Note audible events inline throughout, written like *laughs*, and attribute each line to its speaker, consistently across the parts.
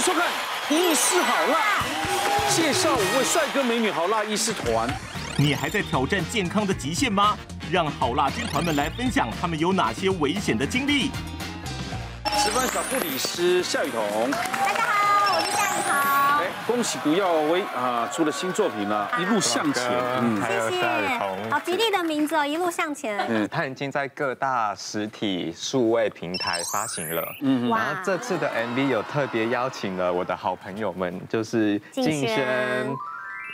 Speaker 1: 收看《一师好辣》，介绍五位帅哥美女好辣医师团。
Speaker 2: 你还在挑战健康的极限吗？让好辣军团们来分享他们有哪些危险的经历。
Speaker 1: 值班小护理师夏雨桐，
Speaker 3: 大家好，我是夏雨
Speaker 1: 哎
Speaker 3: 桐。，
Speaker 1: 恭喜古耀威啊，出了新作品了，一路向前。
Speaker 4: 啊
Speaker 1: 嗯，
Speaker 4: 还有
Speaker 3: 谢
Speaker 4: 夏雨
Speaker 3: 谢，
Speaker 4: 桐
Speaker 3: 好吉利的名字哦，一路向前。
Speaker 4: 他已经在各大实体数位平台发行了。嗯，
Speaker 3: 哇
Speaker 4: 然后这次的 MV 有特别邀请了我的好朋友们，就是
Speaker 3: 敬
Speaker 4: 敬
Speaker 3: 轩
Speaker 4: 轩、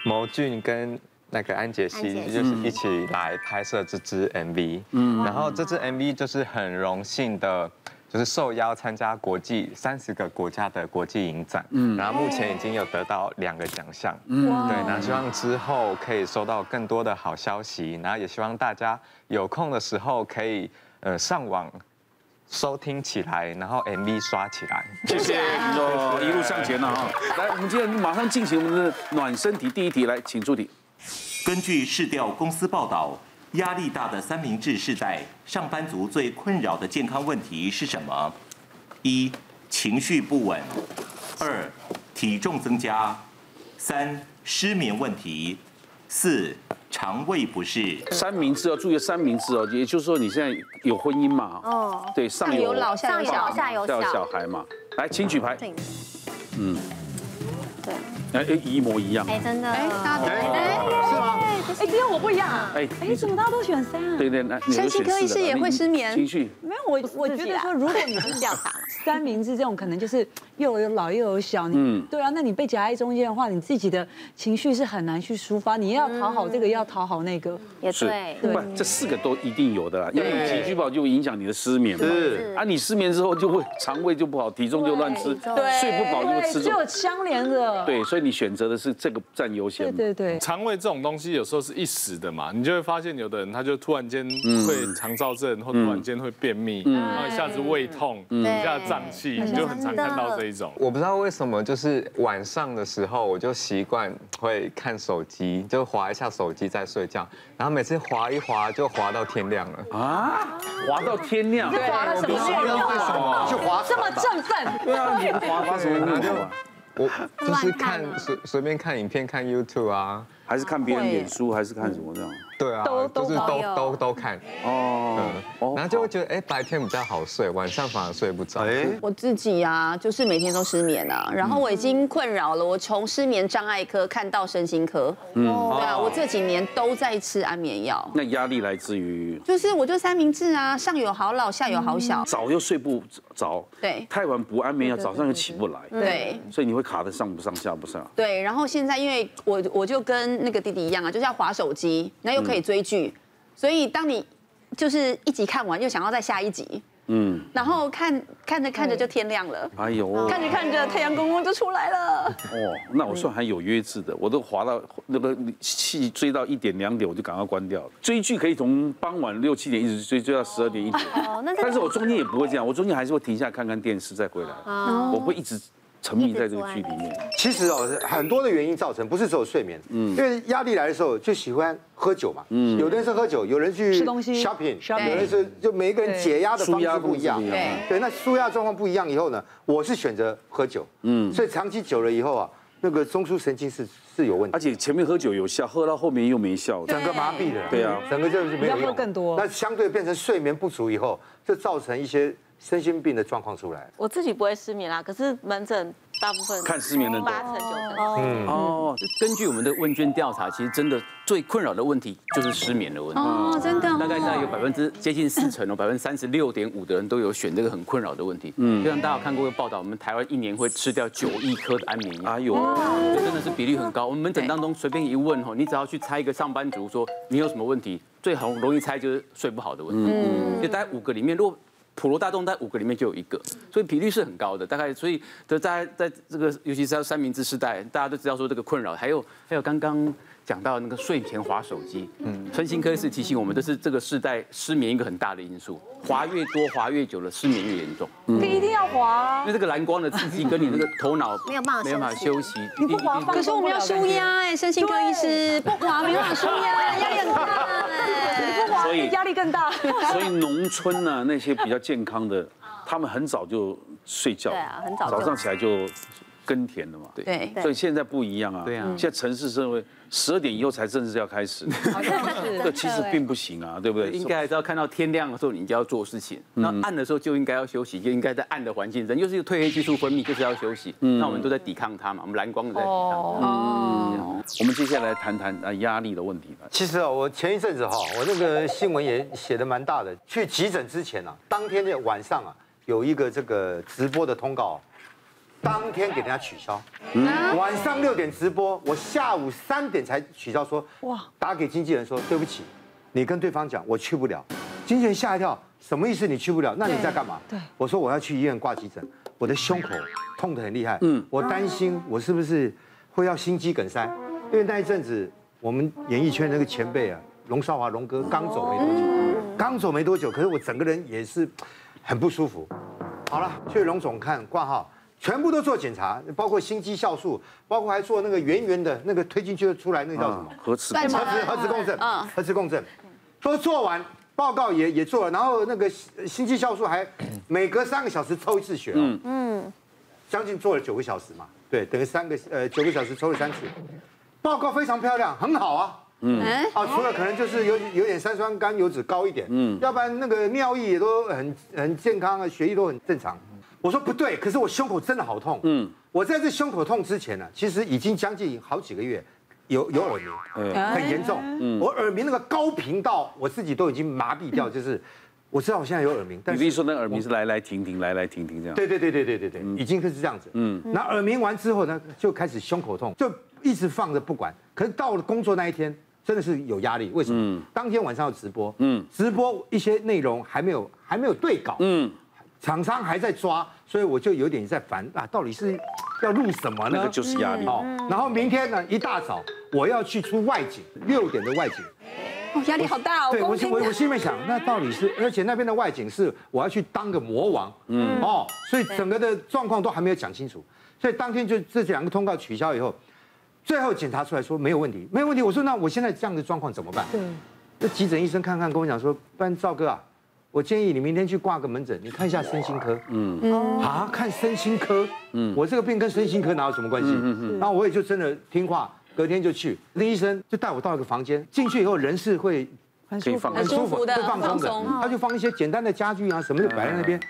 Speaker 4: 牟俊跟。那个安杰
Speaker 3: 安杰
Speaker 4: 希
Speaker 3: 希
Speaker 4: 就是一起来拍摄这支 MV，嗯，然后这支 MV 就是很荣幸的，就是受邀参加国际三十个国家的国际影展，嗯，然后目前已经有得到两个奖项，
Speaker 3: 哇
Speaker 1: 嗯
Speaker 4: 对，然后希望之后可以收到更多的好消息，然后也希望大家有空的时候可以呃上网收听起来，然后 MV 刷起来。
Speaker 1: 谢谢你说一路向前了啊！来，我们今天马上进行我们的暖身题，第一题来，请助理。
Speaker 2: 根据市调公司报道，压力大的三明治世代上班族最困扰的健康问题是什么？一、情绪不稳；二、体重增加；三、失眠问题；四、肠胃不适。
Speaker 1: 三明治哦，注意三明治哦，也就是说你现在有婚姻嘛？
Speaker 3: 哦
Speaker 1: 哦，对，上
Speaker 5: 上有
Speaker 1: 有
Speaker 5: 老
Speaker 1: 下
Speaker 3: 上有老下有
Speaker 1: 有小
Speaker 3: 小，
Speaker 1: 孩嘛。来，请举牌。嗯
Speaker 3: 对
Speaker 1: 哎，哎一模一样。
Speaker 3: 哎，真的，
Speaker 5: 哎，大家都
Speaker 1: 是吗？
Speaker 5: 哎，这样我不养。
Speaker 1: 哎
Speaker 5: 哎，怎么大家都选三啊？
Speaker 1: 对对，那你
Speaker 5: 身心科医师也会失眠
Speaker 1: 情绪
Speaker 6: 没有，我我觉
Speaker 5: 己啊
Speaker 6: 得
Speaker 5: 啦
Speaker 6: 说，如果你是想
Speaker 5: *laughs*
Speaker 6: 三明治这种，可能就是又有老又有小，你对啊，那你被夹在中间的话，你自己的情绪是很难去抒发，你要讨好这个，要讨好那个，
Speaker 3: 也
Speaker 1: 是
Speaker 3: 对，，
Speaker 1: 不，这四个都一定有的啦，因为你情绪不好就会影响你的失眠嘛。是啊，你失眠之后就会肠胃就不好，体重就乱吃，睡不饱又哎吃
Speaker 6: 对，
Speaker 1: 重
Speaker 6: 就。有相连的，
Speaker 1: 对，所以你选择的是这个占优先
Speaker 6: 对
Speaker 1: 嘛。
Speaker 6: 对对，
Speaker 7: 肠胃这种东西有时候是一时的嘛，你就会发现有的人他就突然间会肠燥症，或突然间会便秘，然后一下子胃痛，一下子胀气，你就很常看到这一种。
Speaker 4: 我不知道为什么，就是晚上的时候我就习惯会看手机，就划一下手机再睡觉，然后每次划一划就划到天亮了。
Speaker 1: 啊，滑到天亮。对
Speaker 6: 划了什么
Speaker 4: 不知道为什么就
Speaker 5: 哦
Speaker 4: 划
Speaker 6: 这么振奋，
Speaker 1: 啊，你滑滑什么那种啊？
Speaker 4: *laughs* 我就是
Speaker 3: 乱看啊
Speaker 4: 看随随便看影片，看 YouTube 啊，
Speaker 1: 还是看别人脸书，还是看什么这样？
Speaker 4: 对啊，
Speaker 6: 都都
Speaker 4: 就是
Speaker 3: 都
Speaker 4: 都
Speaker 3: 有
Speaker 4: 都都看，
Speaker 1: 哦
Speaker 4: 嗯，，
Speaker 1: 哦
Speaker 4: 然后就会觉得哎白天比较好睡，晚上反而睡不着。
Speaker 5: 我自己啊，就是每天都失眠啊，然后我已经困扰了，我从失眠障碍科看到身心科，嗯，对啊，我这几年都在吃安眠药，
Speaker 1: 那压力来自于
Speaker 5: 就是我就三明治啊，上有好老，下有好小，
Speaker 1: 早又睡不着，
Speaker 5: 对
Speaker 1: 太晚不安眠药，早上又起不来，
Speaker 5: 对。
Speaker 1: 所以你会卡得上不上下不上。
Speaker 5: 对，然后现在因为我我就跟那个弟弟一样啊，就是要划手机，然后又可以追剧，所以当你就是一集看完，又想要再下一集，
Speaker 1: 嗯，
Speaker 5: 然后看看着看着就天亮了，
Speaker 1: 哎呦，
Speaker 5: 看着看着太阳公公就出来了。
Speaker 1: 哦，那我算还有约制的，我都滑到那个戏追到一点两点，我就赶快关掉了。追剧可以从傍晚六七点一直追追到十二点
Speaker 3: *laughs*
Speaker 1: 一点，
Speaker 3: 哦，那这
Speaker 1: 但
Speaker 3: 个
Speaker 1: 是我中间也不会这样，我中间还是会停下看看电视再回来，
Speaker 3: 啊
Speaker 1: 我会一直沉迷在这个剧里面。
Speaker 8: 其实哦，很多的原因造成，不是只有睡眠。嗯，因为压力来的时候就喜欢喝酒嘛。嗯，有的人是喝酒，有人去
Speaker 6: 吃东西
Speaker 8: shopping，
Speaker 6: shopping
Speaker 8: 有人是就每一个人解压的方式不一样
Speaker 1: 舒压方式不一。样
Speaker 5: 对
Speaker 8: 对，那舒压状况不一样以后呢，我是选择喝酒。嗯，所以长期久了以后啊，那个中枢神经是是有问题
Speaker 1: 而。且前面喝酒有效，喝到后面又没效，
Speaker 8: 整个麻痹了，
Speaker 1: 对啊
Speaker 8: 整个就是没有
Speaker 6: 要喝
Speaker 8: 用
Speaker 6: 更多
Speaker 8: 那相对变成睡眠不足以后，就造成一些身心病的状况出来。
Speaker 9: 我自己不会失眠啦，可是门诊大部分
Speaker 1: 看失眠的人
Speaker 9: 八成九成。
Speaker 10: 哦，根据我们的问卷调查，其实真的最困扰的问题就是失眠的问题。
Speaker 5: 哦，真的、
Speaker 10: 大概在有百分之接近四成哦，百分之三十六点五的人都有选这个很困扰的问题。嗯，就像大家有看过的报道，我们台湾一年会吃掉九亿颗的安眠药，
Speaker 1: 哎呦，
Speaker 3: 哦
Speaker 10: 这真的是比率很高。我们门诊当中随便一问哦，你只要去猜一个上班族说你有什么问题，最好容易猜就是睡不好的问题。嗯，就大概五个里面，如果普罗大众在五个里面就有一个，所以比率是很高的。大概所以这大家在这个，尤其是在三明治时代，大家都知道说这个困扰。还有还有刚刚讲到那个睡前划手机，嗯，身心科是提醒我们，这是这个世代失眠一个很大的因素，划越多划越久了，失眠越严重。
Speaker 6: 一定要
Speaker 10: 因
Speaker 6: 滑，啊
Speaker 10: 为这个蓝光的刺激跟你那个头脑
Speaker 3: 没有办法
Speaker 10: 没有办法休息，一定
Speaker 6: 不滑
Speaker 10: 一定
Speaker 6: 放
Speaker 5: 可是我们要舒压哎，身心科医师不滑没办法舒压，压力很大哎。
Speaker 6: 不滑
Speaker 1: 所以
Speaker 6: 压力更 *laughs* 大。
Speaker 1: 所以农村啊呢、那些比较健康的，他们很早就睡觉，
Speaker 3: 对啊很早就
Speaker 1: 早上起来就耕田的嘛。
Speaker 5: 对
Speaker 1: 所以现在不一样啊。
Speaker 10: 对啊
Speaker 1: 现在城市社会十二点以后才正式要开始，
Speaker 10: 啊
Speaker 1: 这其实并不行啊，对不对？
Speaker 10: 应该还是要看到天亮的时候，你就要做事情。那
Speaker 8: 嗯
Speaker 10: 暗的时候就应该要休息，就应该在暗的环境，人就是有褪黑激素分泌，就是要休息。
Speaker 8: 嗯
Speaker 10: 那我们都在抵抗它嘛，我们蓝光都在抵
Speaker 5: 哦
Speaker 10: 抗它。
Speaker 1: 我们接下来谈谈啊压力的问题吧。
Speaker 8: 其实啊，我前一阵子哈，我那个新闻也写的蛮大的。去急诊之前啊，当天的晚上啊，有一个这个直播的通告，啊当天给人家取消。嗯晚上六点直播，我下午三点才取消说，哇，打给经纪人说对不起，你跟对方讲我去不了。经纪人吓一跳，什么意思？你去不了？那你在干嘛？
Speaker 6: 对
Speaker 8: 我说我要去医院挂急诊，我的胸口痛得很厉害，嗯，我担心我是不是会要心肌梗塞，因为那一阵子我们演艺圈那个前辈啊，龙少华龙哥刚走没多久，刚走没多久，可是我整个人也是很不舒服，好了，去龙总看挂号，全部都做检查，包括心肌酵素，包括还做那个圆圆的那个推进去就出来，那个叫什么？
Speaker 1: 啊核磁
Speaker 5: 干
Speaker 8: 核
Speaker 5: 嘛
Speaker 8: 磁核磁共振
Speaker 5: 嗯，
Speaker 8: 核磁共振，都做完，报告也也做了，然后那个心心肌酵素还每隔三个小时抽一次血、哦，嗯，将近做了九个小时嘛，对，等于三个呃九个小时抽了三次，报告非常漂亮，很好啊。
Speaker 5: 哎
Speaker 8: 啊，除了可能就是有有点三酸甘油脂高一点，嗯，要不然那个尿液也都很很健康啊，血液都很正常。我说不对，可是我胸口真的好痛，嗯，我在这胸口痛之前呢、其实已经将近好几个月有有耳鸣，很严重，我耳鸣那个高频到我自己都已经麻痹掉，就是我知道我现在有耳鸣，但
Speaker 1: 你
Speaker 8: 是
Speaker 1: 的意思说那耳鸣是来来停停，来来停停这样？
Speaker 8: 对对对对对对对，已经是这样子。嗯，那耳鸣完之后呢，就开始胸口
Speaker 1: 嗯
Speaker 8: 痛，就一直放着不管。可是到了工作那一天，真的是有压力。为什么？
Speaker 1: 嗯
Speaker 8: 当天晚上要直播，嗯，直播一些内容还没有还没有对稿，嗯，厂商还在抓，所以我就有点在烦啊，到底是要录什么呢？
Speaker 1: 那个就是压力。
Speaker 8: 哦，然后明天呢，一大早我要去出外景，六点的外景。
Speaker 5: 哦压力好大哦，
Speaker 8: 对我
Speaker 5: 公斤
Speaker 8: 心我我心里面想，那到底是，而且那边的外景是我要去当个魔王，嗯哦，所以整个的状况都还没有讲清楚，所以当天就这两个通告取消以后，最后检查出来说没有问题，没有问题。我说那我现在这样的状况怎么办？对，那急诊医生看看跟我讲说，不然赵哥啊，我建议你明天去挂个门诊，你看一下身心科。嗯啊，看身心科。嗯，我这个病跟身心科哪有什么关系？嗯嗯。然后我也就真的听话，隔天就去，那医生就带我到一个房间，进去以后人是会
Speaker 1: 可以放
Speaker 5: 很舒服的
Speaker 8: 会放松
Speaker 5: 放松哎
Speaker 8: 的，他就放一些简单的家具啊，什么就摆在那边，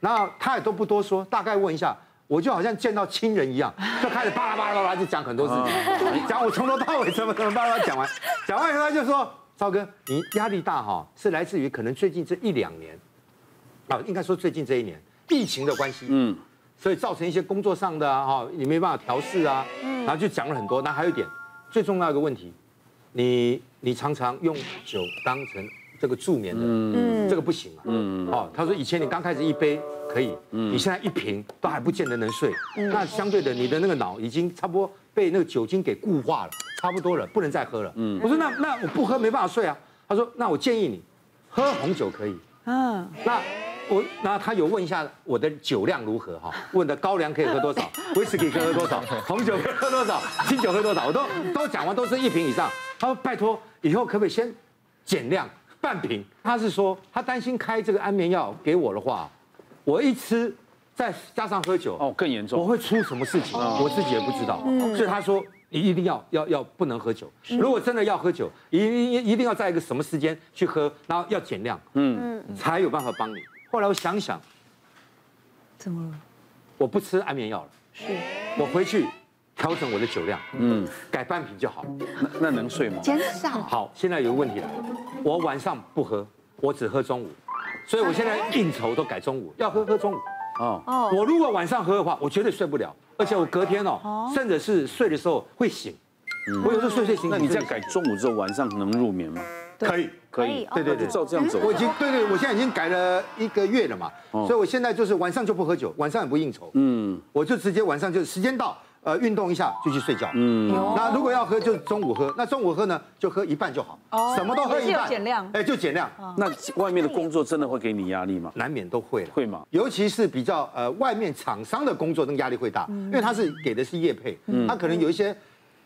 Speaker 8: 然后他也都不多说，大概问一下。我就好像见到亲人一样，就开始巴拉巴拉巴拉就讲很多事
Speaker 5: 哦
Speaker 8: 情， *laughs* 讲我从头到尾怎么怎么巴拉巴拉讲完，讲完以后他就说：“赵哥，你压力大哈，是来自于可能最近这一两年，啊，应该说最近这一年疫情的关系，嗯，所以造成一些工作上的啊，哈，你没办法调试啊，
Speaker 5: 嗯
Speaker 8: 然后就讲了很多。那还有一点，最重要的一个问题，你你常常用酒当成这个助眠的，嗯，这个不行啊，嗯，哦，他说以前你刚开始一杯可以，你现在一瓶都还不见得能睡，那相对的你的那个脑已经差不多被那个酒精给固化了，差不多了，不能再喝了，嗯，我说那那我不喝没办法睡啊，他说那我建议你喝红酒可以，
Speaker 6: 嗯，
Speaker 8: 那我那他有问一下我的酒量如何哈？问的高粱可以喝多少，威士忌可以喝多少，红酒可以喝多少，清酒喝多少，我都都讲完，都是一瓶以上。他说拜托，以后可不可以先减量半瓶？他是说他担心开这个安眠药给我的话，我一吃再加上喝酒，
Speaker 1: 哦，更严
Speaker 8: 我
Speaker 1: 重。哦
Speaker 8: 会出什么事情，我自己也不知道。所以他说你一定要要要不能喝酒，如果真的要喝酒，一一一定要在一个什么时间去喝，然后要减量，嗯，才有办法帮你。后来我想想，
Speaker 6: 怎么了？
Speaker 8: 我不吃安眠药了，是我回去调整我的酒量，嗯，改半瓶就好。
Speaker 1: 那那能睡吗？
Speaker 5: 减
Speaker 8: *laughs*
Speaker 5: 少
Speaker 8: 好，现在有个问题来了，我晚上不喝，我只喝中午，所以我现在应酬都改中午，要喝喝中午。
Speaker 1: 哦，
Speaker 8: 我如果晚上喝的话，我绝对睡不了，而且我隔天哦，甚至是睡的时候会醒。我有时候睡睡醒，
Speaker 1: 那你这
Speaker 8: 再
Speaker 1: 样改中午之后晚上能入眠吗？
Speaker 8: 可以？嗯
Speaker 1: 可
Speaker 3: 以
Speaker 1: 以，
Speaker 3: 对
Speaker 8: 对对
Speaker 1: 那就照这样走。
Speaker 8: 我已经对对，我现在已经改了一个月了嘛，所以我现在就是晚上就不喝酒，晚上也不应酬，哦嗯，我就直接晚上就时间到，呃，运动一下就去睡觉，嗯，
Speaker 6: 啊
Speaker 8: 那如果要喝就中午喝，那中午喝呢就喝一半就好，
Speaker 6: 哦
Speaker 8: 什么都喝一
Speaker 6: 也是
Speaker 8: 半，
Speaker 6: 有减量
Speaker 8: 哎，就减量，
Speaker 1: 那外面的工作真的会给你压力吗？
Speaker 8: 难免都会了，
Speaker 1: 会吗？
Speaker 8: 尤其是比较呃外面厂商的工作，那个压力会大，因为他是给的是业配，他可能有一些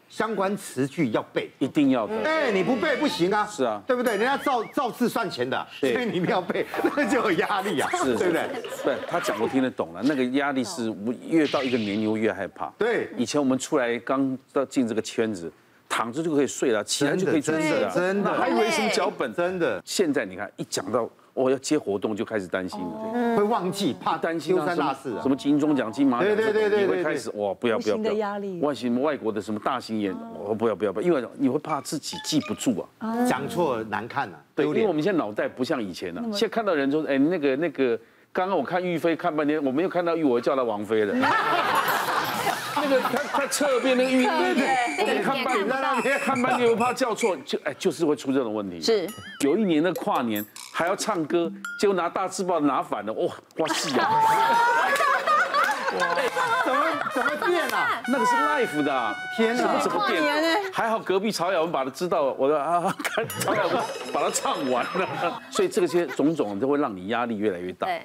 Speaker 8: 相关词句要背。
Speaker 1: 一定要的。
Speaker 8: 哎，你不背不行啊，
Speaker 1: 是啊
Speaker 8: 对不对？人家照照字算钱的，所
Speaker 1: 对
Speaker 8: 以你们要背， *laughs* 那就有压力啊，
Speaker 1: 是，
Speaker 8: 对不对？
Speaker 1: 对，他讲我听得懂了，那个压力是我越到一个年龄我越害怕。
Speaker 8: 对
Speaker 1: 以前我们出来刚到进这个圈子，躺着就可以睡了，起来就可以出去了，
Speaker 8: 真的真的
Speaker 1: 啊还以为什么脚本？
Speaker 8: 真的
Speaker 1: 现在你看，一讲到哦要接活动就开始担心了，
Speaker 8: 会忘记，怕
Speaker 1: 担心
Speaker 8: 哦丢
Speaker 1: 啊
Speaker 8: 三
Speaker 1: 什
Speaker 8: 落
Speaker 1: 么
Speaker 8: 四啊
Speaker 1: 什。么金钟奖、金马奖
Speaker 8: 对
Speaker 1: 这
Speaker 8: 对
Speaker 1: 种，
Speaker 8: 对对
Speaker 1: 你会
Speaker 8: 对
Speaker 1: 开始哦哇不要不要
Speaker 6: 无形
Speaker 1: 不
Speaker 6: 的
Speaker 1: 要，
Speaker 6: 压力
Speaker 1: 外形外国的什么大型演，我不要不要不要，因为你会怕自己记不住啊。
Speaker 8: 讲错难看啊，
Speaker 1: 对，因
Speaker 8: 丢
Speaker 1: 为我
Speaker 8: 脸。
Speaker 1: 们现在脑袋不像以前了、现在看到人说，哎，那个那个，刚刚我看玉飞看半天，我没有看到玉，我叫她王菲了。 *laughs* 那个他他侧边那个玉，对对，我们看半天在那边看半天，我怕叫错，就哎就是会出这种问题。
Speaker 5: 是
Speaker 1: 有一年的跨年还要唱歌，结果拿大字报拿反了，哇哇是 *laughs* 啊，
Speaker 8: 怎
Speaker 1: *laughs*
Speaker 8: 么怎么变啊？
Speaker 1: 那个是 live 的、啊，
Speaker 8: 天哪！
Speaker 1: 怎么变？还好隔壁曹雅文把他知道，我说啊，看 *laughs* 曹雅文把他唱完了， *laughs* 所以这些种种都会让你压力越来越 *laughs* 大。
Speaker 3: 对，